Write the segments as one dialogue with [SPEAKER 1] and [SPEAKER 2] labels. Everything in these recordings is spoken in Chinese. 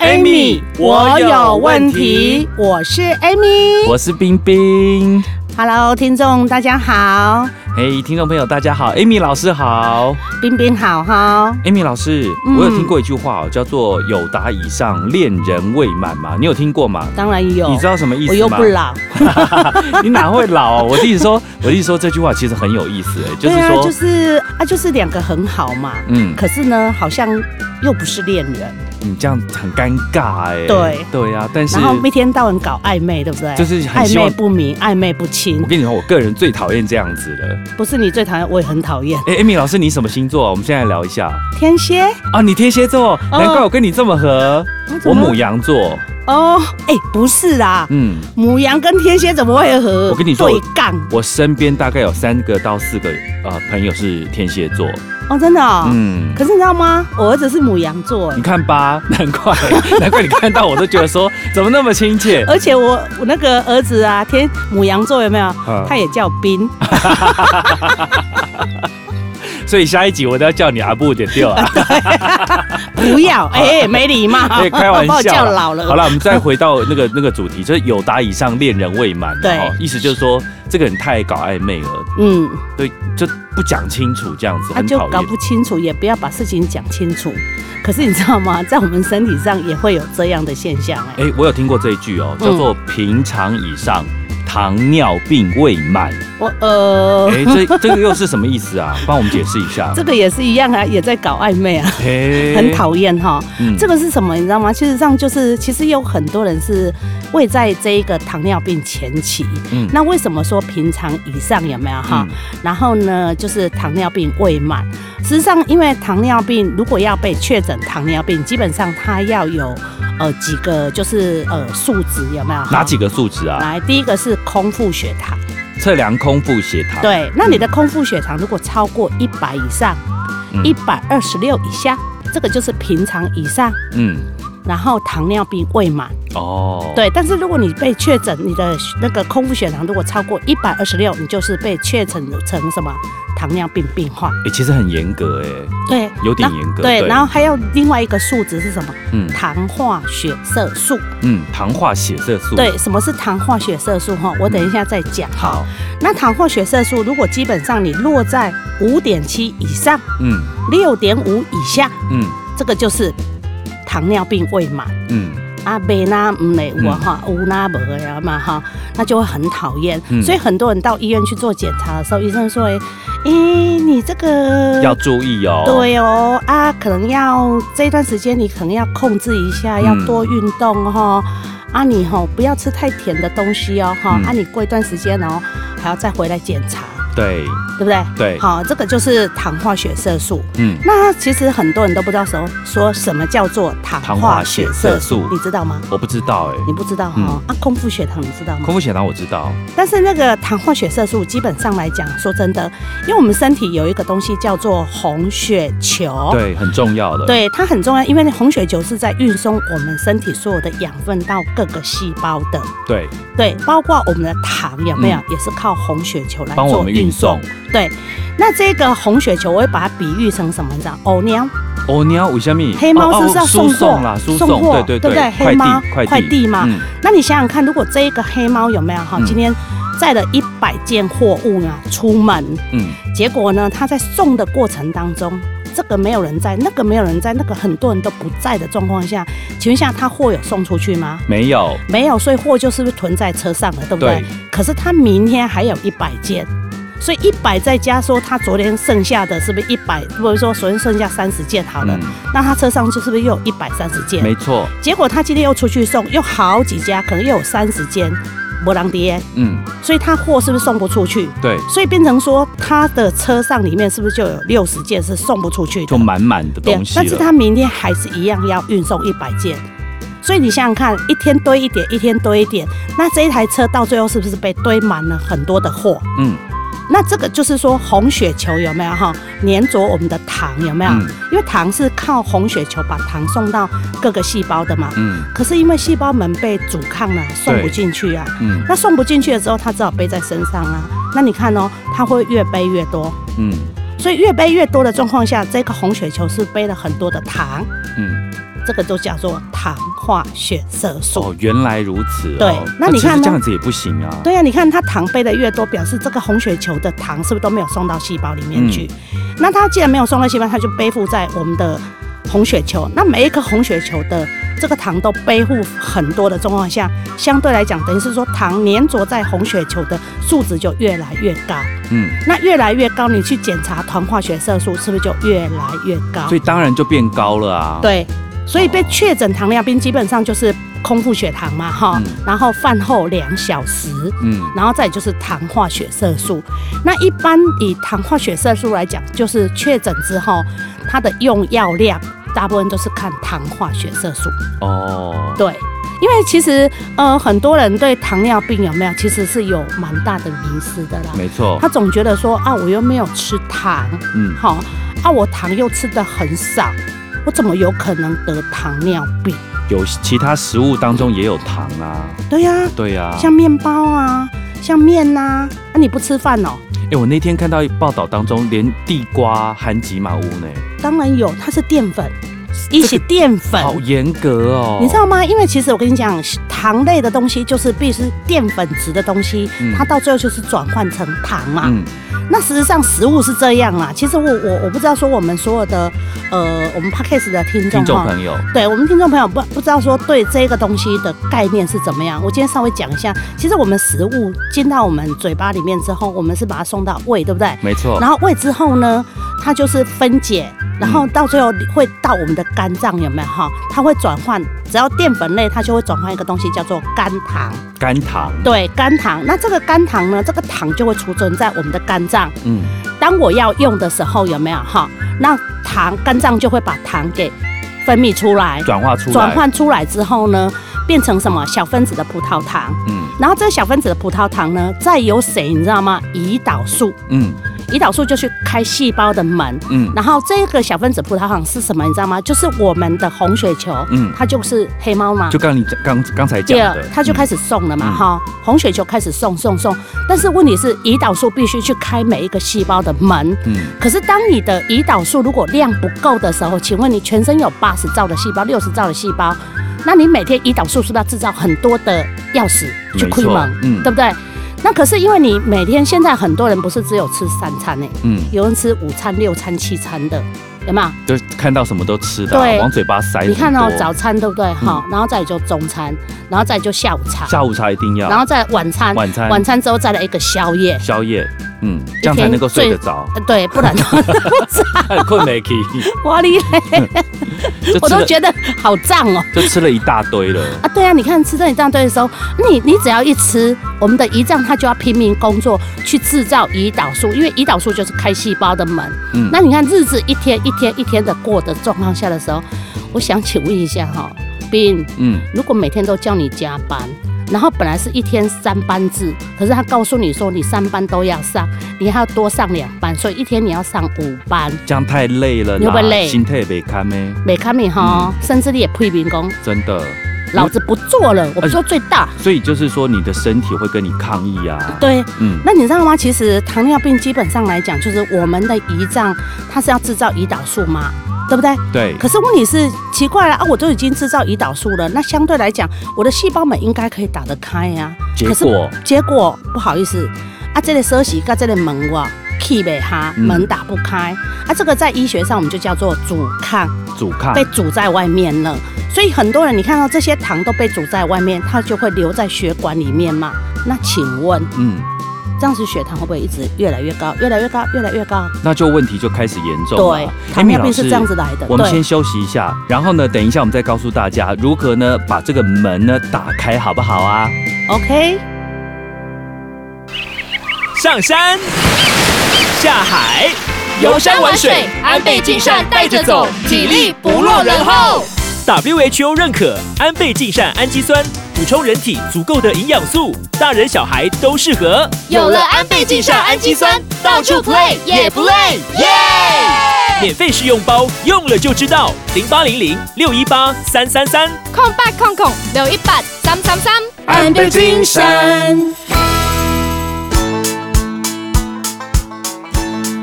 [SPEAKER 1] Amy，我有问题，
[SPEAKER 2] 我是 Amy。
[SPEAKER 1] 我是冰冰，
[SPEAKER 2] Hello，听众大家好，
[SPEAKER 1] 嘿，听众朋友大家好，Amy 老师好
[SPEAKER 2] 冰冰好哈。
[SPEAKER 1] ，Amy 老师，
[SPEAKER 2] 嗯
[SPEAKER 1] 我有听过一句话哦，叫做“有达以上，恋人未满”嘛，你有听过吗？
[SPEAKER 2] 当然有，
[SPEAKER 1] 你知道什么意思吗？
[SPEAKER 2] 我又不老，
[SPEAKER 1] 你哪会老、我弟弟 说，我弟弟说这句话其实很有意思，哎，就是
[SPEAKER 2] 对啊，
[SPEAKER 1] 说，
[SPEAKER 2] 就是啊，就是两个很好嘛。
[SPEAKER 1] 嗯，
[SPEAKER 2] 可是呢，好像又不是恋人，
[SPEAKER 1] 你这样很尴尬，哎，
[SPEAKER 2] 对
[SPEAKER 1] 对啊，但是
[SPEAKER 2] 然后一天到晚搞暧昧，对不对？
[SPEAKER 1] 就是很
[SPEAKER 2] 暧
[SPEAKER 1] 希望
[SPEAKER 2] 昧不明，暧昧不清
[SPEAKER 1] 我，跟你说，我个人最讨厌这样子了。
[SPEAKER 2] 不是你最讨厌，我也很讨厌。
[SPEAKER 1] 哎、a m y 老师，你什么星座啊？我们现在聊一下
[SPEAKER 2] 天蝎，
[SPEAKER 1] 啊，你天蝎座，难怪我跟你这么合。
[SPEAKER 2] 哦怎
[SPEAKER 1] 我
[SPEAKER 2] 么
[SPEAKER 1] 母羊座，
[SPEAKER 2] 哦，哎，不是啦，
[SPEAKER 1] 嗯，
[SPEAKER 2] 母羊跟天蝎怎么会合？
[SPEAKER 1] 我跟你说
[SPEAKER 2] 对杠
[SPEAKER 1] 我身边大概有三个到四个呃朋友是天蝎座，
[SPEAKER 2] 哦，真的哦。
[SPEAKER 1] 嗯。
[SPEAKER 2] 可是你知道吗？我儿子是母羊座，哎
[SPEAKER 1] 你看吧， 难怪难怪你看到我都觉得说怎么那么亲切，
[SPEAKER 2] 而且我我那个儿子啊，天母羊座有没有？
[SPEAKER 1] 嗯
[SPEAKER 2] 他也叫 冰，
[SPEAKER 1] 所以下一集我都要叫你阿布点掉啊，
[SPEAKER 2] 不要，哎、没礼 貌，
[SPEAKER 1] 对， 开玩
[SPEAKER 2] 把我
[SPEAKER 1] 笑
[SPEAKER 2] 叫
[SPEAKER 1] 啦
[SPEAKER 2] 老
[SPEAKER 1] 好
[SPEAKER 2] 了。
[SPEAKER 1] 了，我们再回到那个那个主题，就是有达以上恋人未满，
[SPEAKER 2] 对
[SPEAKER 1] 哦意思就是说这个人太搞暧昧了，
[SPEAKER 2] 嗯，
[SPEAKER 1] 对，就不讲清楚这样子，
[SPEAKER 2] 他
[SPEAKER 1] 很
[SPEAKER 2] 就
[SPEAKER 1] 讨
[SPEAKER 2] 搞
[SPEAKER 1] 厌。
[SPEAKER 2] 不清楚，也不要把事情讲清楚。可是你知道吗？ 在我们身体上也会有这样的现象、哎、
[SPEAKER 1] 哎、我有听过这一句
[SPEAKER 2] 嗯
[SPEAKER 1] 哦，叫做“平常以上，糖尿病未满
[SPEAKER 2] 我”呃。
[SPEAKER 1] 哎、这这个又是什么意思 啊？帮我们解释一下。
[SPEAKER 2] 这个也是一样啊，也在搞暧昧啊，
[SPEAKER 1] 哎
[SPEAKER 2] 很讨厌哈。
[SPEAKER 1] 嗯
[SPEAKER 2] 这个是什么？你知道吗？事实上就是，其实有很多人是位在这一个糖尿病前期。
[SPEAKER 1] 嗯
[SPEAKER 2] 那为什么说平常以上有没有哈？然后呢，就是糖尿病未满。实际上，因为糖尿病如果要被确诊糖尿病，基本上它要有呃几个就是呃数值有没有？
[SPEAKER 1] 哪几？个数值啊？
[SPEAKER 2] 来，第一个是空腹血糖，
[SPEAKER 1] 测量空腹血糖。，
[SPEAKER 2] 对，那你的空腹血糖如果超过一百以上
[SPEAKER 1] 嗯，
[SPEAKER 2] 一百二十六以下，这个就是平常以上，
[SPEAKER 1] 嗯，
[SPEAKER 2] 然后糖尿病未满。
[SPEAKER 1] 哦，，
[SPEAKER 2] 对，但是如果你被确诊，你的那个空腹血糖如果超过一百二十六，你就是被确诊成什么糖尿病病患。
[SPEAKER 1] 哎、其实很严格哎、
[SPEAKER 2] 对，
[SPEAKER 1] 有点
[SPEAKER 2] 然后
[SPEAKER 1] 严格
[SPEAKER 2] 对，
[SPEAKER 1] 对
[SPEAKER 2] 然后还有另外一个数值是什么？
[SPEAKER 1] 嗯
[SPEAKER 2] 糖化血色素。
[SPEAKER 1] 嗯，糖化血色素。，
[SPEAKER 2] 对，什么是糖化血色素？哈，我等一下再讲。
[SPEAKER 1] 嗯好，
[SPEAKER 2] 那糖化血色素如果基本上你落在五点七以上，
[SPEAKER 1] 嗯
[SPEAKER 2] 六点五以下，
[SPEAKER 1] 嗯
[SPEAKER 2] 这个就是糖尿病未满。
[SPEAKER 1] 嗯，
[SPEAKER 2] 啊，没那唔嘞，我哈，有那无呀嘛哈，那就会很讨厌。
[SPEAKER 1] 嗯
[SPEAKER 2] 所以很多人到医院去做检查的时候，医生说：“诶、你这个
[SPEAKER 1] 要注意哦。，
[SPEAKER 2] 对哦啊，可能要这段时间你可能要控制一下，要
[SPEAKER 1] 嗯
[SPEAKER 2] 多运动哈、啊，你哈、不要吃太甜的东西哦哈、
[SPEAKER 1] 嗯
[SPEAKER 2] 啊，你过一段时间哦还要再回来检查，
[SPEAKER 1] 对
[SPEAKER 2] 对不对？
[SPEAKER 1] 对，
[SPEAKER 2] 好，这个就是糖化血色素。
[SPEAKER 1] 嗯，
[SPEAKER 2] 那其实很多人都不知道什么说什么叫做糖
[SPEAKER 1] 糖化
[SPEAKER 2] 化
[SPEAKER 1] 血
[SPEAKER 2] 血
[SPEAKER 1] 色
[SPEAKER 2] 色
[SPEAKER 1] 素
[SPEAKER 2] 素，你知道吗？
[SPEAKER 1] 我不知道哎、
[SPEAKER 2] 你不知道哈、
[SPEAKER 1] 嗯
[SPEAKER 2] 啊，空腹血糖你知道吗？
[SPEAKER 1] 空腹血糖我知道，
[SPEAKER 2] 但是那个糖化血色素基本上来讲，说真的，因为我们身体有一个东西叫做红血球，
[SPEAKER 1] 对，很重要的。，
[SPEAKER 2] 哦对，它很重要，因为红血球是在运送我们身体所有的养分到各个细胞的，
[SPEAKER 1] 对，
[SPEAKER 2] 对，包括我们的糖有没有、
[SPEAKER 1] 嗯
[SPEAKER 2] 也是靠红血球来
[SPEAKER 1] 帮我
[SPEAKER 2] 做
[SPEAKER 1] 们
[SPEAKER 2] 运
[SPEAKER 1] 运
[SPEAKER 2] 送
[SPEAKER 1] 送。。
[SPEAKER 2] 对，那这个红血球我会把它比喻成什么？你知道，欧喵，
[SPEAKER 1] 哦，你要五香米，
[SPEAKER 2] 黑猫是不是要
[SPEAKER 1] 哦哦输
[SPEAKER 2] 送货
[SPEAKER 1] 送啦？输
[SPEAKER 2] 送货
[SPEAKER 1] 对对
[SPEAKER 2] 对不对
[SPEAKER 1] 快
[SPEAKER 2] 黑猫
[SPEAKER 1] 递快递
[SPEAKER 2] 快递嘛
[SPEAKER 1] 嗯
[SPEAKER 2] 那你想想看，如果这一个黑猫有没有哈
[SPEAKER 1] 嗯，
[SPEAKER 2] 今天载了一百件货物呢出门，
[SPEAKER 1] 嗯，
[SPEAKER 2] 结果呢，他在送的过程当中，这个没有人在，那个没有人在，那个很多人都不在的状况下，请问一下，他货有送出去吗？
[SPEAKER 1] 没有，嗯
[SPEAKER 2] 没有，所以货就是不是囤在车上了，对不对？
[SPEAKER 1] 对
[SPEAKER 2] 可是他明天还有一百件。所以一百再加说他昨天剩下的是不是一百？或者说昨天剩下三十件好了，
[SPEAKER 1] 嗯
[SPEAKER 2] 那他车上就是不是又有一百三十件？
[SPEAKER 1] 没错，
[SPEAKER 2] 结果他今天又出去送，又好几家，可能又有三十件，博朗迪耶，
[SPEAKER 1] 嗯，
[SPEAKER 2] 所以他货是不是送不出去？
[SPEAKER 1] 对，
[SPEAKER 2] 所以变成说，他的车上里面是不是就有六十件是送不出去的？
[SPEAKER 1] 就满满的
[SPEAKER 2] 对啊
[SPEAKER 1] 东西
[SPEAKER 2] 但是
[SPEAKER 1] 了。
[SPEAKER 2] 他明天还是一样要运送一百件，所以你想想看，一天堆一点，一天堆一点，那这一台车到最后是不是被堆满了很多的货？
[SPEAKER 1] 嗯，
[SPEAKER 2] 那这个就是说红血球有没有哈粘着我们的糖有没有？
[SPEAKER 1] 嗯
[SPEAKER 2] 因为糖是靠红血球把糖送到各个细胞的嘛。
[SPEAKER 1] 嗯
[SPEAKER 2] 可是因为细胞门被阻抗了，送不
[SPEAKER 1] 对
[SPEAKER 2] 进去啊。
[SPEAKER 1] 嗯
[SPEAKER 2] 那送不进去了之后，它只好背在身上啊。那你看哦，它会越背越多，
[SPEAKER 1] 嗯
[SPEAKER 2] 所以越背越多的状况下，这个红血球是背了很多的糖，
[SPEAKER 1] 嗯，
[SPEAKER 2] 这个就叫做糖化血色素。
[SPEAKER 1] 哦，原来如此哦。
[SPEAKER 2] 对那你
[SPEAKER 1] 其实
[SPEAKER 2] 看呢
[SPEAKER 1] 这样子也不行啊。
[SPEAKER 2] 对呀、你看它糖背的越多，表示这个红血球的糖是不是都没有送到细胞里面去？那它既然没有送到细胞，它就背负在我们的红血球。那每一颗红血球的这个糖都背负很多的状况下，相对来讲，等于是说糖粘着在红血球的数值就越来越高。
[SPEAKER 1] 嗯，
[SPEAKER 2] 那越来越高，你去检查糖化血色素是不是就越来越高
[SPEAKER 1] 所？以当然就变高了啊。，
[SPEAKER 2] 对，所以被
[SPEAKER 1] 哦
[SPEAKER 2] 确诊糖尿病基本上就是空腹血糖嘛，哈、
[SPEAKER 1] 嗯
[SPEAKER 2] 然后饭后两小时。
[SPEAKER 1] 嗯
[SPEAKER 2] 然后再就是糖化血色素。那一般以糖化血色素来讲，就是确诊之后，它的用药量大部分都是看糖化血色素。
[SPEAKER 1] 哦，
[SPEAKER 2] 对，因为其实呃，很多人对糖尿病有没有其实是有蛮大的迷失的啦。
[SPEAKER 1] 没错
[SPEAKER 2] 他。总觉得说啊，我又没有吃糖，
[SPEAKER 1] 嗯
[SPEAKER 2] 好、啊，我糖又吃的很少，我怎么有可能得糖尿病？
[SPEAKER 1] 有其他食物当中也有糖啊。
[SPEAKER 2] 对呀、
[SPEAKER 1] 对呀、
[SPEAKER 2] 像面包啊，像面呐、啊，那、你不吃饭哦？
[SPEAKER 1] 哎、我那天看到报道当中，连地瓜含几马乌呢，
[SPEAKER 2] 当然有，它是淀粉，一起淀粉。
[SPEAKER 1] 好严格哦。
[SPEAKER 2] 你知道吗？因为其实我跟你讲，糖类的东西就是必须淀粉质的东西，
[SPEAKER 1] 嗯
[SPEAKER 2] 它到最后就是转换成糖嘛。
[SPEAKER 1] 嗯
[SPEAKER 2] 那事实上食物是这样啦。其实我我我不知道说我们所有的呃我们 podcast 的听众
[SPEAKER 1] 听众
[SPEAKER 2] 哈，
[SPEAKER 1] 朋友，
[SPEAKER 2] 对我们听众朋友不不知道说对这个东西的概念是怎么样。我今天稍微讲一下，其实我们食物进到我们嘴巴里面之后，我们是把它送到胃，对不对？
[SPEAKER 1] 没错
[SPEAKER 2] 然，后胃之后呢，它就是分解，然后到最后会到我们的肝脏，有没有哈？它会转换，只要淀粉类，它就会转换一个东西叫做肝糖。
[SPEAKER 1] 甘糖，
[SPEAKER 2] 对，肝糖。那这个肝糖呢，这个糖就会储存在我们的肝脏。
[SPEAKER 1] 嗯，
[SPEAKER 2] 当我要用的时候，有没有哈？那糖肝脏就会把糖给分泌出来，
[SPEAKER 1] 转化出来，
[SPEAKER 2] 转，换出来之后呢，变成什么小分子的葡萄糖。
[SPEAKER 1] 嗯
[SPEAKER 2] 然后这个小分子的葡萄糖呢，再由谁你知道吗？胰岛素，
[SPEAKER 1] 嗯
[SPEAKER 2] 胰岛素就去开细胞的门，
[SPEAKER 1] 嗯
[SPEAKER 2] 然后这个小分子葡萄糖是什么？你知道吗？就是我们的红血球，
[SPEAKER 1] 嗯，
[SPEAKER 2] 它就是黑猫嘛
[SPEAKER 1] 就。刚你刚刚才讲
[SPEAKER 2] 第二
[SPEAKER 1] 的，，
[SPEAKER 2] 啊
[SPEAKER 1] 嗯
[SPEAKER 2] 它就开
[SPEAKER 1] 始，
[SPEAKER 2] 始送了嘛，
[SPEAKER 1] 嗯
[SPEAKER 2] 哈、红血球开始送送送。但是问题是，胰岛素必须去开每一个细胞的门。
[SPEAKER 1] 嗯
[SPEAKER 2] 可是当你的胰岛素如果量不够的时候，请问你全身有八十兆的细胞、六十兆的细胞，那你每天胰岛素是不是要制造很多的钥匙去
[SPEAKER 1] 没
[SPEAKER 2] 开
[SPEAKER 1] 错
[SPEAKER 2] 门，
[SPEAKER 1] 嗯
[SPEAKER 2] 对不对？那可是因为你每天现在很多人不是只有吃三餐呢、
[SPEAKER 1] 嗯，
[SPEAKER 2] 有人吃午餐、六餐、七餐的，有没有？
[SPEAKER 1] 就看到什么都吃的啊，
[SPEAKER 2] 对
[SPEAKER 1] 往嘴巴塞很
[SPEAKER 2] 你
[SPEAKER 1] 多，嗯
[SPEAKER 2] 看哦，早餐对不对？哈、然后再来就中餐，然后再来就下午茶，
[SPEAKER 1] 下午茶一定要，
[SPEAKER 2] 然后再来晚餐，
[SPEAKER 1] 晚餐
[SPEAKER 2] 晚餐之后再来一个宵夜。
[SPEAKER 1] 宵夜，嗯，这样才能够睡得着，哎
[SPEAKER 2] 呃对，不然
[SPEAKER 1] 困没起，
[SPEAKER 2] 我哩嘞，
[SPEAKER 1] 就
[SPEAKER 2] 我
[SPEAKER 1] 吃
[SPEAKER 2] 都
[SPEAKER 1] 了
[SPEAKER 2] 觉得好胀哦。
[SPEAKER 1] 就吃了一大堆了，
[SPEAKER 2] 啊，对啊，你看吃这一大堆的时候，你你只要一吃，我们的胰脏它就要拼命工作去制造胰岛素，因为胰岛素就是开细胞的门。
[SPEAKER 1] 嗯
[SPEAKER 2] 那你看日子一天一天一天的过的状况下的时候，我想请问一下哈、斌，
[SPEAKER 1] 嗯，
[SPEAKER 2] 如果每天都叫你加班，然后本来是一天三班制，可是他告诉你说你三班都要上，你还要多上两班，所以一天你要上五班。
[SPEAKER 1] 这样太累了啦，
[SPEAKER 2] 你会不会累
[SPEAKER 1] 心态也被看咩，
[SPEAKER 2] 没看你哈，甚至你也批评工，
[SPEAKER 1] 真的，
[SPEAKER 2] 老子不做了，我做最大。
[SPEAKER 1] 所以就是说，你的身体会跟你抗议啊。，
[SPEAKER 2] 对，
[SPEAKER 1] 嗯，
[SPEAKER 2] 那你知道吗？其实糖尿病基本上来讲，就是我们的胰脏它是要制造胰岛素嘛，对不对？
[SPEAKER 1] 对，
[SPEAKER 2] 可是问题是奇怪了啊，我都已经制造胰岛素了，那相对来讲，我的细胞们应该可以打得开呀、
[SPEAKER 1] 结
[SPEAKER 2] 可是
[SPEAKER 1] 果
[SPEAKER 2] 结果不好意思，啊，这个休息跟这个门哇。气呗哈，
[SPEAKER 1] 嗯
[SPEAKER 2] 门打不开、啊！这个在医学上我们就叫做阻抗，
[SPEAKER 1] 阻抗
[SPEAKER 2] 被，阻在外面了。所以很多人你看到这些糖都被阻在外面，它就会留在血管里面嘛。那请问
[SPEAKER 1] 嗯，
[SPEAKER 2] 这样子血糖会不会一直越来越高，越来越高，越来越高？
[SPEAKER 1] 那就问题就开始严重了。
[SPEAKER 2] 对，
[SPEAKER 1] 啊
[SPEAKER 2] 糖
[SPEAKER 1] Amy
[SPEAKER 2] 尿
[SPEAKER 1] 老
[SPEAKER 2] 病是
[SPEAKER 1] 师
[SPEAKER 2] 这样子来的。
[SPEAKER 1] 我们
[SPEAKER 2] 对
[SPEAKER 1] 先，休息一下，然后呢，等一下我们再告诉大家如何呢把这个门呢打开，好不好啊？
[SPEAKER 2] ，OK，
[SPEAKER 1] 上山，下海，
[SPEAKER 3] 游山玩水，安倍晋善带着走，体力不落人后。
[SPEAKER 4] ，WHO 认可安倍晋善氨基酸补充人体足够的营养素，大人小孩都适合。
[SPEAKER 3] 有了安倍晋善氨基酸，到处 play 也不累，耶！
[SPEAKER 4] 免费试用包，用了就知道。零八零零六一八三三三。
[SPEAKER 3] 空八空空六一八三三三，
[SPEAKER 5] 安倍晋三。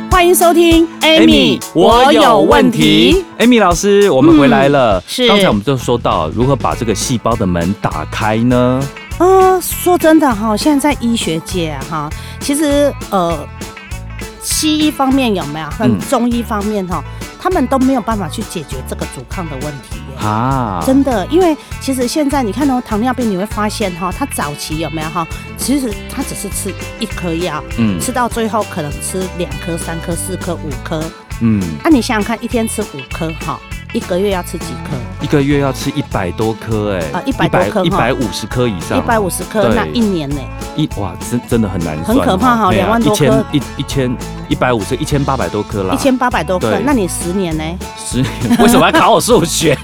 [SPEAKER 2] 欢迎收听 Amy，我有问题。。嗯
[SPEAKER 1] Amy 哎老师，我们回来了。
[SPEAKER 2] 是
[SPEAKER 1] 刚才我们就说到如何把这个细胞的门打开呢？
[SPEAKER 2] 啊、说真的哈、现在在医学界啊哈、其实呃，西医方面有没有
[SPEAKER 1] 嗯
[SPEAKER 2] 跟中医方面哈、他们都没有办法去解决这个阻抗的问题耶。
[SPEAKER 1] 啊，
[SPEAKER 2] 真的，因为其实现在你看哦，糖尿病你会发现哈、它早期有没有哈、其实它只是吃一颗药，
[SPEAKER 1] 嗯
[SPEAKER 2] 吃到最后可能吃两颗、三颗、四颗、五颗。
[SPEAKER 1] 嗯，
[SPEAKER 2] 啊，你想想看，一天吃五颗哈、一个月要吃几颗？
[SPEAKER 1] 一个月要吃一百多颗，哎，
[SPEAKER 2] 啊100多颗
[SPEAKER 1] 一
[SPEAKER 2] 哈
[SPEAKER 1] 百五十颗以上，
[SPEAKER 2] 一百五十颗，
[SPEAKER 1] 啊对
[SPEAKER 2] 那一年呢？
[SPEAKER 1] 一哇，真真的很难算
[SPEAKER 2] 很
[SPEAKER 1] 哦，
[SPEAKER 2] 可怕哈
[SPEAKER 1] 对啊
[SPEAKER 2] 两万多
[SPEAKER 1] 一千
[SPEAKER 2] 颗
[SPEAKER 1] 一一千一百五十一千八百多颗啦，
[SPEAKER 2] 一千八百多颗
[SPEAKER 1] 啊对，
[SPEAKER 2] 那你十年呢？
[SPEAKER 1] 十年， 为什么要考我数 学？？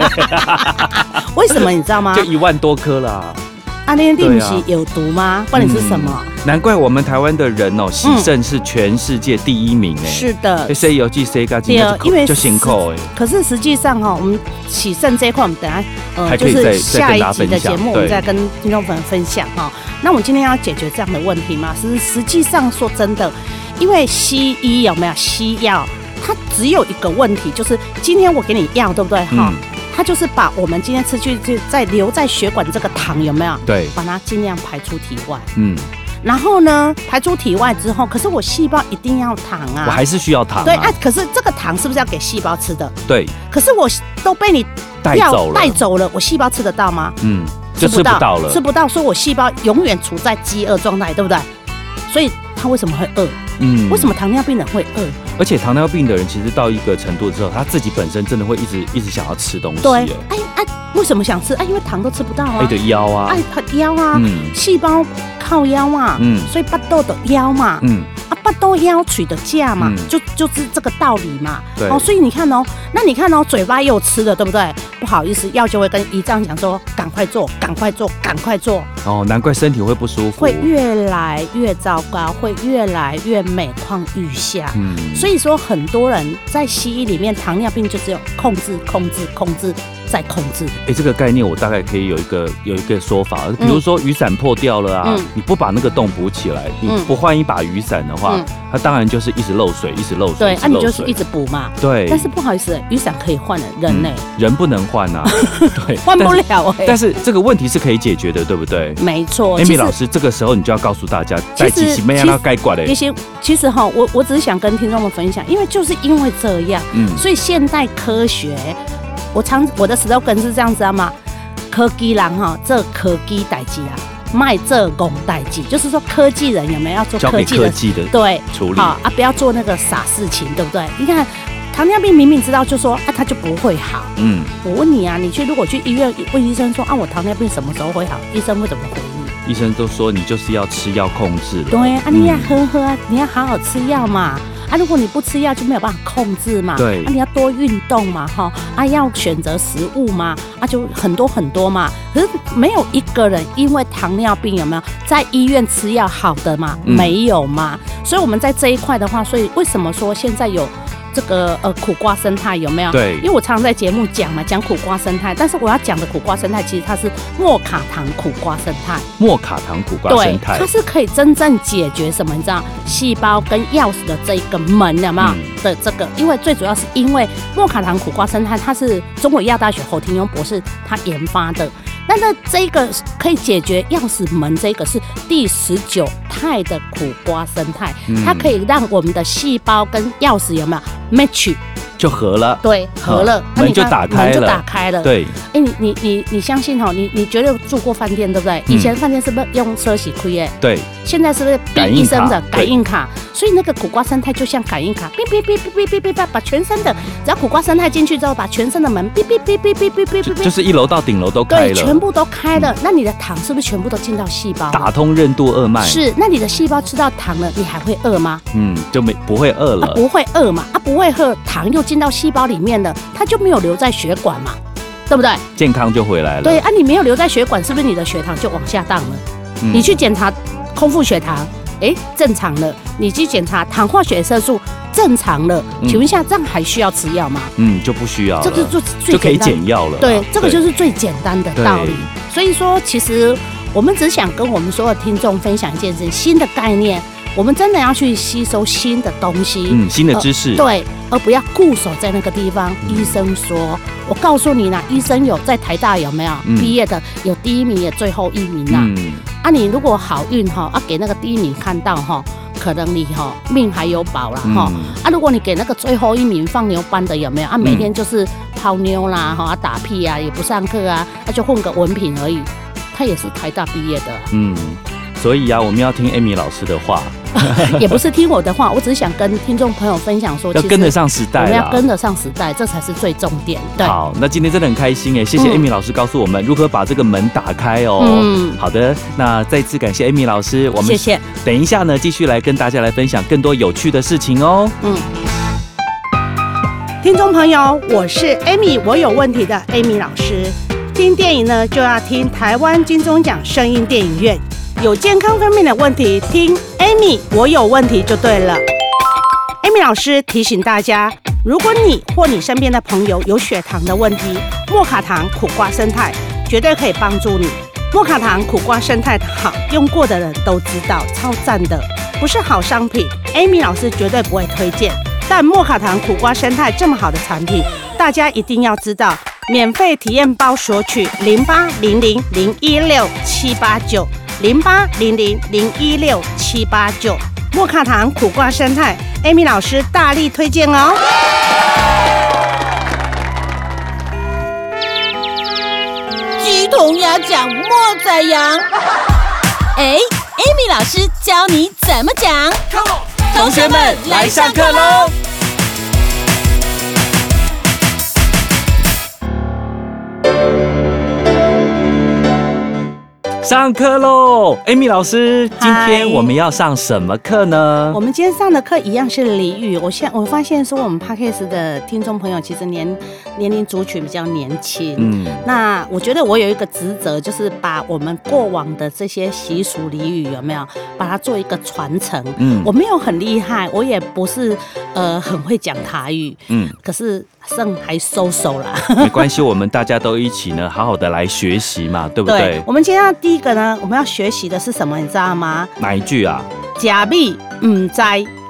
[SPEAKER 2] 为什么你知道吗
[SPEAKER 1] 就一万多颗啦，
[SPEAKER 2] 阿那利
[SPEAKER 1] 对
[SPEAKER 2] 你
[SPEAKER 1] 啊嗯
[SPEAKER 2] 是有毒吗？不然你是什么？嗯
[SPEAKER 1] 难怪我们台湾的人哦，喜肾是全世界第一名哎，
[SPEAKER 2] 是的
[SPEAKER 1] 欸，谁有记谁干，
[SPEAKER 2] 对啊因为
[SPEAKER 1] 就辛苦哎。
[SPEAKER 2] 可是实际上哈，我们起肾这一块，我们等下
[SPEAKER 1] 还
[SPEAKER 2] 呃，
[SPEAKER 1] 可
[SPEAKER 2] 就
[SPEAKER 1] 以再
[SPEAKER 2] 是下一集的节目，我
[SPEAKER 1] 再跟大家分享对
[SPEAKER 2] 们再跟听众朋友分享哈。那我们今天要解决这样的问题吗？是实际上说真的，因为西医有没有西药，它只有一个问题，就是今天我给你药，对不对哈
[SPEAKER 1] 嗯？
[SPEAKER 2] 它就是把我们今天吃去就在留在血管这个糖有没有，
[SPEAKER 1] 对，
[SPEAKER 2] 把它尽量排出体外。
[SPEAKER 1] 嗯，
[SPEAKER 2] 然后呢，排出体外之后，可是我细胞一定要糖
[SPEAKER 1] 我
[SPEAKER 2] 啊。
[SPEAKER 1] 还是需要糖、啊。
[SPEAKER 2] 对啊，可是这个糖是不是要给细胞吃的？
[SPEAKER 1] 对，
[SPEAKER 2] 可是我都被你
[SPEAKER 1] 带
[SPEAKER 2] 要
[SPEAKER 1] 走了，
[SPEAKER 2] 带走了，我细胞吃得到吗？
[SPEAKER 1] 嗯，就吃不到了。
[SPEAKER 2] 吃不到，所以我细胞永远处在饥饿状态，对不对？所以它为什么会饿？
[SPEAKER 1] 嗯
[SPEAKER 2] 为什？么糖尿病人会饿？
[SPEAKER 1] 而且糖尿病的人其实到一个程度之后，他自己本身真的会一直一直想要吃东西。
[SPEAKER 2] 对
[SPEAKER 1] 哎，
[SPEAKER 2] 哎哎，为什么想吃？哎，因为糖都吃不到
[SPEAKER 1] 哎
[SPEAKER 2] 啊，
[SPEAKER 1] 的腰啊
[SPEAKER 2] 哎，，它腰啊，
[SPEAKER 1] 嗯
[SPEAKER 2] 细胞靠腰啊，
[SPEAKER 1] 嗯
[SPEAKER 2] 所以巴豆的腰嘛，
[SPEAKER 1] 嗯，
[SPEAKER 2] 啊，巴豆腰取的价嘛，
[SPEAKER 1] 嗯
[SPEAKER 2] 就就是这个道理嘛。
[SPEAKER 1] 对
[SPEAKER 2] 哦，所以你看哦，那你看哦，嘴巴又吃了，对不对？不好意思，药就会跟胰脏讲说，赶快做，赶快做，赶快做，
[SPEAKER 1] 哦，难怪身体会不舒服。
[SPEAKER 2] 会嗯越来越糟糕，会越来越每况愈下。
[SPEAKER 1] 嗯
[SPEAKER 2] 所以说，很多人在西医里面，糖尿病就只有控制、控制、控制再控制。
[SPEAKER 1] 哎、这个概念我大概可以有一个有一个说法，比如说雨伞破掉了啊，
[SPEAKER 2] 嗯
[SPEAKER 1] 你不把那个洞补起来，你
[SPEAKER 2] 嗯
[SPEAKER 1] 不换一把雨伞的话，
[SPEAKER 2] 嗯
[SPEAKER 1] 它当然就是一直漏水，一直漏水，
[SPEAKER 2] 对，
[SPEAKER 1] 一
[SPEAKER 2] 啊，
[SPEAKER 1] 直
[SPEAKER 2] 你
[SPEAKER 1] 漏
[SPEAKER 2] 就是
[SPEAKER 1] 水。
[SPEAKER 2] 一直补嘛。
[SPEAKER 1] 对，嗯
[SPEAKER 2] 但是不好意思，雨伞可以换的，人呢、
[SPEAKER 1] 人不能换 啊，对，
[SPEAKER 2] 换不
[SPEAKER 1] 但是。
[SPEAKER 2] 了哎、
[SPEAKER 1] 但是这个问题是可以解决的，对不对
[SPEAKER 2] 没错，哦其
[SPEAKER 1] ？Amy
[SPEAKER 2] 实
[SPEAKER 1] 老师，这个时候你就要告诉大家，
[SPEAKER 2] 其
[SPEAKER 1] 在
[SPEAKER 2] 实
[SPEAKER 1] 机器妹要该管
[SPEAKER 2] 也
[SPEAKER 1] 嘞，
[SPEAKER 2] 行，其实哈，我我只是想跟听众们分享，因为就是因为这样，
[SPEAKER 1] 嗯，
[SPEAKER 2] 所以现代科学，我常我的 slogan 是这样子啊嘛，科技人哈，这科技代机啊，卖这拱代机，就是说科技人有没有要做
[SPEAKER 1] 交
[SPEAKER 2] 科
[SPEAKER 1] 给
[SPEAKER 2] 技
[SPEAKER 1] 科
[SPEAKER 2] 的
[SPEAKER 1] 技的
[SPEAKER 2] 对，
[SPEAKER 1] 处理。
[SPEAKER 2] 好啊，不要做那个傻事情，对不对？你看糖尿病明明知道就说啊，它就不会好。
[SPEAKER 1] 嗯，
[SPEAKER 2] 我问你啊，你去如果去医院问医生说啊，我糖尿病什么时候会好，医生会怎么回应？
[SPEAKER 1] 医生都说你就是要吃药控制了。
[SPEAKER 2] 对啊，
[SPEAKER 1] 嗯
[SPEAKER 2] 你要喝喝啊，你要好好吃药嘛。啊，如果你不吃药就没有办法控制嘛。
[SPEAKER 1] 对
[SPEAKER 2] 啊，你要多运动嘛，哈。啊，要选择食物嘛，啊，就很多很多嘛。可是没有一个人因为糖尿病有没有在医院吃药好的嘛？
[SPEAKER 1] 嗯
[SPEAKER 2] 没有嘛。所以我们在这一块的话，所以为什么说现在有这个呃苦瓜生态有没有？
[SPEAKER 1] 对
[SPEAKER 2] 因为我常常在节目讲嘛，讲苦瓜生态，但是我要讲的苦瓜生态其实它是莫卡糖苦瓜生态。
[SPEAKER 1] 莫卡糖苦瓜
[SPEAKER 2] 对
[SPEAKER 1] 生，态
[SPEAKER 2] 它，是可以真正解决什么？你知道，细胞跟钥匙的这一个门有没有、
[SPEAKER 1] 嗯
[SPEAKER 2] 的这个？因为最主要是因为莫卡糖苦瓜生态，它是中国医药大学侯廷庸博士他研发的。那那这一个可以解决钥匙门，这个是第十九肽的苦瓜生态，
[SPEAKER 1] 嗯
[SPEAKER 2] 它可以让我们的细胞跟钥匙有没有 match
[SPEAKER 1] 就合了。
[SPEAKER 2] 对合了，那
[SPEAKER 1] 门
[SPEAKER 2] 你看
[SPEAKER 1] 就打开
[SPEAKER 2] 门就
[SPEAKER 1] 了
[SPEAKER 2] 打开了。
[SPEAKER 1] 对，
[SPEAKER 2] 哎、你你你你相信哦，你你绝对住过饭店对不对？
[SPEAKER 1] 嗯
[SPEAKER 2] 以前饭店是不是用车洗亏耶？
[SPEAKER 1] 对，
[SPEAKER 2] 现在是不是
[SPEAKER 1] 感
[SPEAKER 2] 哔
[SPEAKER 1] 应
[SPEAKER 2] 一声的
[SPEAKER 1] 卡
[SPEAKER 2] 感应卡？所以那个苦瓜生态就像感应卡，哔哔哔哔哔哔哔，把全身的，只要苦瓜生态进去之后，把全身的门哔哔哔哔哔哔哔哔
[SPEAKER 1] 就
[SPEAKER 2] 哔，
[SPEAKER 1] 是一楼到顶楼都开
[SPEAKER 2] 对，全
[SPEAKER 1] 了，
[SPEAKER 2] 部都开了。那你的糖是不是全部都进到细胞？
[SPEAKER 1] 打通任督二脉，
[SPEAKER 2] 是，那你的细胞吃到糖了，你还会饿吗？
[SPEAKER 1] 嗯，就没不会饿
[SPEAKER 2] 啊，
[SPEAKER 1] 了。
[SPEAKER 2] 不会饿嘛？啊，不会喝，糖又进到细胞里面了，它就没有留在血管嘛。对不对？
[SPEAKER 1] 健康就回来了。
[SPEAKER 2] 对啊，你没有留在血管，是不是你的血糖就往下荡了？
[SPEAKER 1] 嗯
[SPEAKER 2] 你去检查空腹血糖，哎，正常了；你去检查糖化血色素，正常了。
[SPEAKER 1] 嗯
[SPEAKER 2] 请问一下，这样还需要吃药吗？
[SPEAKER 1] 嗯就不需要了，
[SPEAKER 2] 这个就
[SPEAKER 1] 就
[SPEAKER 2] 最
[SPEAKER 1] 可以
[SPEAKER 2] 简单的
[SPEAKER 1] 减药了。
[SPEAKER 2] 对，这个就是是最简单的道理
[SPEAKER 1] 对。
[SPEAKER 2] 所以说，其实我们只想跟我们所有听众分享一件事：新的概念，我们真的要去吸收新的东西。
[SPEAKER 1] 嗯新的知识。
[SPEAKER 2] 对，而不要固守在那个地方。
[SPEAKER 1] 嗯
[SPEAKER 2] 医生说，我告诉你啦，医生有在台大有没有、
[SPEAKER 1] 嗯
[SPEAKER 2] 毕业的？有第一名，也最后一名啦。
[SPEAKER 1] 嗯，
[SPEAKER 2] 啊，你如果好运哈，啊给那个第一名看到哈，可能你哈命还有保啦哈。
[SPEAKER 1] 嗯
[SPEAKER 2] 啊，如果你给那个最后一名放牛班的有没有啊？每
[SPEAKER 1] 嗯
[SPEAKER 2] 天就是泡妞啦，哈、啊打屁啊，也不上课啊，啊就混个文凭而已。他也是台大毕业的 啊、
[SPEAKER 1] 嗯，所以啊，我们要听 Amy 老师的话，
[SPEAKER 2] 也不是听我的话，我只是想跟听众朋友分享说，
[SPEAKER 1] 要
[SPEAKER 2] 其
[SPEAKER 1] 跟得
[SPEAKER 2] 实
[SPEAKER 1] 上时
[SPEAKER 2] 我
[SPEAKER 1] 代
[SPEAKER 2] 们要
[SPEAKER 1] 啦。
[SPEAKER 2] 跟得上时代，这才是最重点。对，
[SPEAKER 1] 好，那今天真的很开心哎，谢谢
[SPEAKER 2] 嗯
[SPEAKER 1] Amy 老师告诉我们如何把这个门打开哦。
[SPEAKER 2] 嗯
[SPEAKER 1] 好的，那再次感谢 Amy 老师，我们
[SPEAKER 2] 谢谢。
[SPEAKER 1] 等一下呢，继续来跟大家来分享更多有趣的事情哦。
[SPEAKER 2] 听众朋友，我是 Amy，我有问题的 Amy 老师。听电影呢，就要听台湾金钟奖声音电影院。有健康方面的问题，听 Amy，我有问题就对了。Amy 老师提醒大家，如果你或你身边的朋友有血糖的问题，莫卡糖苦瓜生态绝对可以帮助你。莫卡糖苦瓜生态好，用过的人都知道，超赞的，不是好商品，Amy 老师绝对不会推荐。但莫卡糖苦瓜生态这么好的产品，大家一定要知道。免费体验包索取零八零零零一六七八九零八零零零一六七八九莫卡糖苦瓜生态，Amy 老师大力推荐哦。
[SPEAKER 3] 鸡同鸭讲，莫宰 羊。哎，Amy 老师教你怎么讲。同学们来上课喽！
[SPEAKER 1] 上课喽，Amy 老师，今
[SPEAKER 2] 嗨
[SPEAKER 1] 天我们要上什么课呢
[SPEAKER 2] 我？们今天上的课一样是俚语，我现我发现说我们 Podcast 的听众朋友其实年年龄族群比较年轻，
[SPEAKER 1] 嗯，
[SPEAKER 2] 那我觉得我有一个职责，就是把我们过往的这些习俗俚语有没有，把它做一个传承。
[SPEAKER 1] 嗯
[SPEAKER 2] 我没有很厉害，我也不是呃很会讲台语，
[SPEAKER 1] 嗯，
[SPEAKER 2] 可是剩还收手啦。
[SPEAKER 1] 没关系，我们大家都一起呢，好好的来学习嘛，对不对？
[SPEAKER 2] 我们今天要第一个呢，我们要学习的是什么，你知道吗？
[SPEAKER 1] 哪一句啊？
[SPEAKER 2] 假币唔知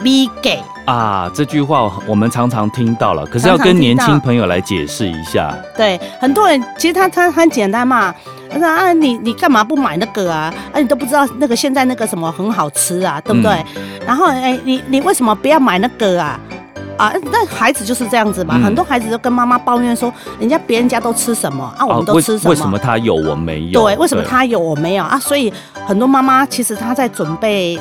[SPEAKER 2] 米给。
[SPEAKER 1] 啊，这句话我们常常听到了，可是要
[SPEAKER 2] 常常
[SPEAKER 1] 跟年
[SPEAKER 2] 听
[SPEAKER 1] 轻
[SPEAKER 2] 到
[SPEAKER 1] 朋友来解释一下。
[SPEAKER 2] 对，很多人其实他他他很简单嘛，他说啊你你干嘛不买那个啊？啊你都不知道那个现在那个什么很好吃啊，对不对？然后哎你你为什么不要买那个啊？啊，那孩子就是这样子嘛，
[SPEAKER 1] 嗯
[SPEAKER 2] 很多孩子就跟妈妈抱怨说，人家别人家都吃什么啊，我们都
[SPEAKER 1] 为
[SPEAKER 2] 吃什么？
[SPEAKER 1] 为什么他有我没有？
[SPEAKER 2] 对，为什么他有我没有啊？所以很多妈妈其实她在准备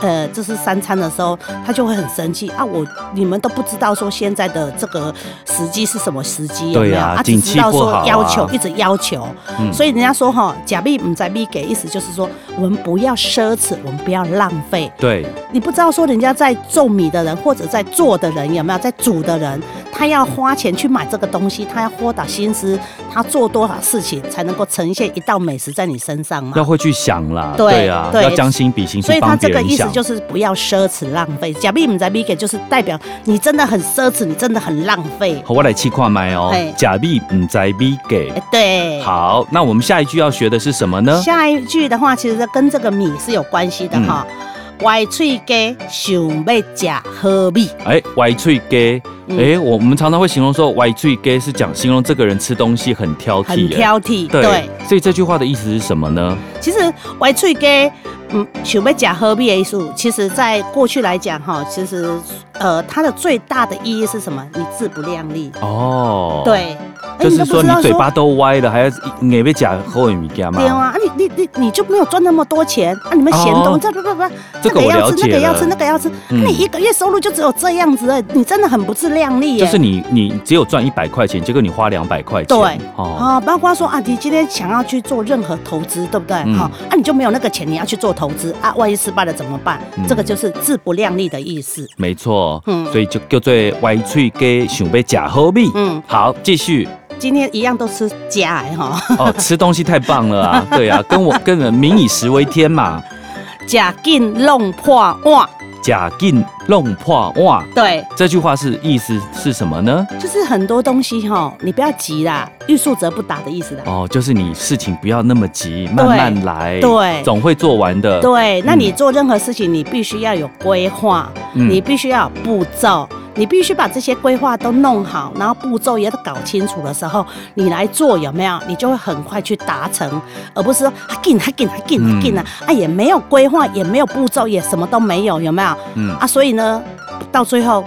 [SPEAKER 2] 呃，就是三餐的时候，她就会很生气啊！我你们都不知道说现在的这个时机是什么时机，有
[SPEAKER 1] 对
[SPEAKER 2] 没有
[SPEAKER 1] 啊
[SPEAKER 2] 只
[SPEAKER 1] 景气
[SPEAKER 2] 知道
[SPEAKER 1] 不
[SPEAKER 2] 说
[SPEAKER 1] 好啊
[SPEAKER 2] 要求，一直要求。
[SPEAKER 1] 嗯
[SPEAKER 2] 所以人家说哈，假币唔在币给，意思就是说我们不要奢侈，我们不要浪费。
[SPEAKER 1] 对，
[SPEAKER 2] 你不知道说人家在种米的人，或者在做的人有没有在煮的人，他要花钱去买这个东西，他要花打心思，他做多少事情才能够呈现一道美食在你身上
[SPEAKER 1] 要
[SPEAKER 2] 嘛？
[SPEAKER 1] 会去想啦，
[SPEAKER 2] 对
[SPEAKER 1] 啊，
[SPEAKER 2] 对
[SPEAKER 1] 要将心比心
[SPEAKER 2] 所
[SPEAKER 1] 去
[SPEAKER 2] 以他
[SPEAKER 1] 帮别
[SPEAKER 2] 这个
[SPEAKER 1] 人
[SPEAKER 2] 意思
[SPEAKER 1] 想。
[SPEAKER 2] 就是不要奢侈浪费，假币唔在币给，就是代表你真的很奢侈，你真的很浪费。
[SPEAKER 1] 好，我来气话麦哦
[SPEAKER 2] 嘿，
[SPEAKER 1] 假币唔在币给。
[SPEAKER 2] 哎，对。
[SPEAKER 1] 好，那我们下一句要学的是什么呢？
[SPEAKER 2] 下一句的话，其实跟这个米是有关系的哈。
[SPEAKER 1] 嗯
[SPEAKER 2] 歪嘴鸡想要吃好米，
[SPEAKER 1] 哎，歪脆给。
[SPEAKER 2] 嗯
[SPEAKER 1] 哎，我我们常常会形容说歪脆给是讲形容这个人吃东西很挑剔，
[SPEAKER 2] 很挑剔，
[SPEAKER 1] 哎。对，所以这句话的意思是什么呢？
[SPEAKER 2] 其实歪脆鸡，嗯，想要假喝米的意思，其实在过去来讲哈，其实呃，它的最大的意义是什么？你自不量力。
[SPEAKER 1] 哦，，
[SPEAKER 2] 对，哎
[SPEAKER 1] 就是
[SPEAKER 2] 都不
[SPEAKER 1] 说
[SPEAKER 2] 知
[SPEAKER 1] 你
[SPEAKER 2] 道
[SPEAKER 1] 嘴巴都歪了，还要你被假后尾米干
[SPEAKER 2] 对
[SPEAKER 1] 嘛？
[SPEAKER 2] 啊，啊你你你你就没有赚那么多钱啊？你们嫌
[SPEAKER 1] 哦
[SPEAKER 2] 东这不不不，
[SPEAKER 1] 这个我
[SPEAKER 2] 要
[SPEAKER 1] 了
[SPEAKER 2] 吃那
[SPEAKER 1] 解
[SPEAKER 2] 个要
[SPEAKER 1] 了
[SPEAKER 2] 吃。那个要吃，
[SPEAKER 1] 嗯
[SPEAKER 2] 你一个月收入就只有这样子而已，你真的很不自量力耶。
[SPEAKER 1] 就是你，你只有赚一百块钱，结果你花两百块钱，
[SPEAKER 2] 对
[SPEAKER 1] 哦，
[SPEAKER 2] 啊、包括说啊，你今天想要去做任何投资，对不对？哈、
[SPEAKER 1] 嗯
[SPEAKER 2] 啊，你就没有那个钱，你要去做投资啊，万一失败了怎么办？
[SPEAKER 1] 嗯
[SPEAKER 2] 这个就是自不量力的意思。
[SPEAKER 1] 没错，
[SPEAKER 2] 嗯
[SPEAKER 1] 所以就叫做歪嘴给想要假好米。
[SPEAKER 2] 嗯，
[SPEAKER 1] 好，继续
[SPEAKER 2] 今天一样都吃家哎哈，
[SPEAKER 1] 哦，吃东西太棒了啊！对啊，跟我跟人民以食为天嘛，
[SPEAKER 2] 假劲弄破碗，
[SPEAKER 1] 假进弄破哇。
[SPEAKER 2] 对，
[SPEAKER 1] 这句话是意思是什么呢？
[SPEAKER 2] 就是很多东西哈，你不要急啦，欲速则不达的意思啦。
[SPEAKER 1] 哦，就是你事情不要那么急，慢慢来，
[SPEAKER 2] 对
[SPEAKER 1] 总会做完的。
[SPEAKER 2] 对，那你做任何事情，你必须要有规划，
[SPEAKER 1] 嗯
[SPEAKER 2] 你必须要有步骤，你必须把这些规划都弄好，然后步骤也都搞清楚的时候，你来做有没有？你就会很快去达成，而不是说啊进啊进啊进啊进啊，啊也没有规划，也没有步骤，也什么都没有，有没有？
[SPEAKER 1] 嗯，
[SPEAKER 2] 啊，所以呢，到最后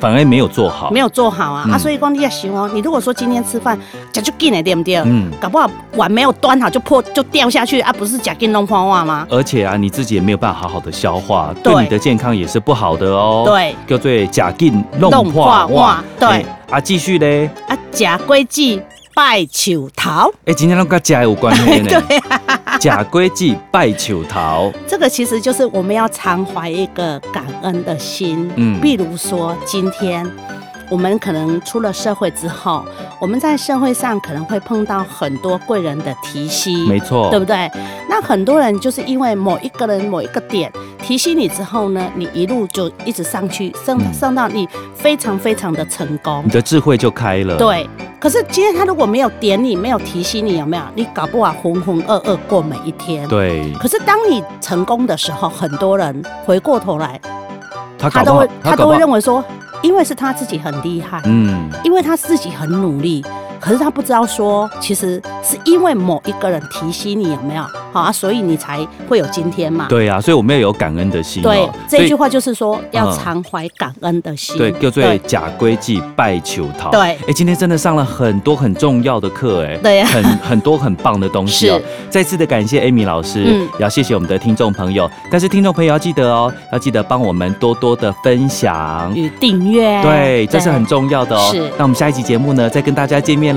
[SPEAKER 1] 反而没有做好，
[SPEAKER 2] 没有做好啊，
[SPEAKER 1] 嗯
[SPEAKER 2] 啊，所以光你要想哦，你如果说今天吃饭讲就进来对不对？
[SPEAKER 1] 嗯，
[SPEAKER 2] 搞不好碗没有端好就破就掉下去啊，不是假进弄破碗吗？
[SPEAKER 1] 而且啊，你自己也没有办法好好的消化，
[SPEAKER 2] 对
[SPEAKER 1] 对你的健康也是不好的哦。，
[SPEAKER 2] 对。
[SPEAKER 1] 叫做假进弄
[SPEAKER 2] 弄
[SPEAKER 1] 化
[SPEAKER 2] 化哇
[SPEAKER 1] 哇。
[SPEAKER 2] 对
[SPEAKER 1] 哎啊，继续嘞。
[SPEAKER 2] 啊，假规矩拜求桃，
[SPEAKER 1] 哎，今天都跟假有关系呢。
[SPEAKER 2] 对、啊，
[SPEAKER 1] 假规矩拜求桃，
[SPEAKER 2] 这个其实就是我们要常怀一个感恩的心。嗯，
[SPEAKER 1] 嗯
[SPEAKER 2] 比如说今天。我们可能出了社会之后，我们在社会上可能会碰到很多贵人的提携，
[SPEAKER 1] 没错，
[SPEAKER 2] 对不对？那很多人就是因为某一个人某一个点提醒你之后呢，你一路就一直上去，上
[SPEAKER 1] 嗯
[SPEAKER 2] 上到你非常非常的成功
[SPEAKER 1] 你。的智慧就开了。，
[SPEAKER 2] 对，可是今天他如果没有点你，没有提醒你，有没有？你搞不好浑浑噩噩过每一天。。
[SPEAKER 1] 对，
[SPEAKER 2] 可是当你成功的时候，很多人回过头来，
[SPEAKER 1] 他
[SPEAKER 2] 他
[SPEAKER 1] 搞
[SPEAKER 2] 都
[SPEAKER 1] 不好
[SPEAKER 2] 会，他
[SPEAKER 1] 搞
[SPEAKER 2] 都
[SPEAKER 1] 不
[SPEAKER 2] 会
[SPEAKER 1] 好
[SPEAKER 2] 认为说，因为是他自己很厉害，
[SPEAKER 1] 嗯，
[SPEAKER 2] 因为他自己很努力，可是他不知道说，其实是因为某一个人提醒你有没有好啊，所以你才会有今天嘛。
[SPEAKER 1] 对啊，所以我们要有感恩的心、哦。
[SPEAKER 2] 对，
[SPEAKER 1] 所
[SPEAKER 2] 这
[SPEAKER 1] 以
[SPEAKER 2] 句话就是说要
[SPEAKER 1] 嗯
[SPEAKER 2] 常怀感恩的心。
[SPEAKER 1] 对，叫做假规矩拜求桃。
[SPEAKER 2] 对
[SPEAKER 1] 哎，今天真的上了很多很重要的课，哎，
[SPEAKER 2] 对啊
[SPEAKER 1] 很很多很棒的东西哦。再次的感谢 Amy 老师，
[SPEAKER 2] 嗯
[SPEAKER 1] 也要谢谢我们的听众朋友。但是听众朋友要记得哦，要记得帮我们多多的分享。
[SPEAKER 2] 与订阅。
[SPEAKER 1] 对，这是很重要的哦。
[SPEAKER 2] 是
[SPEAKER 1] 那我们下一集节目呢，再跟大家见面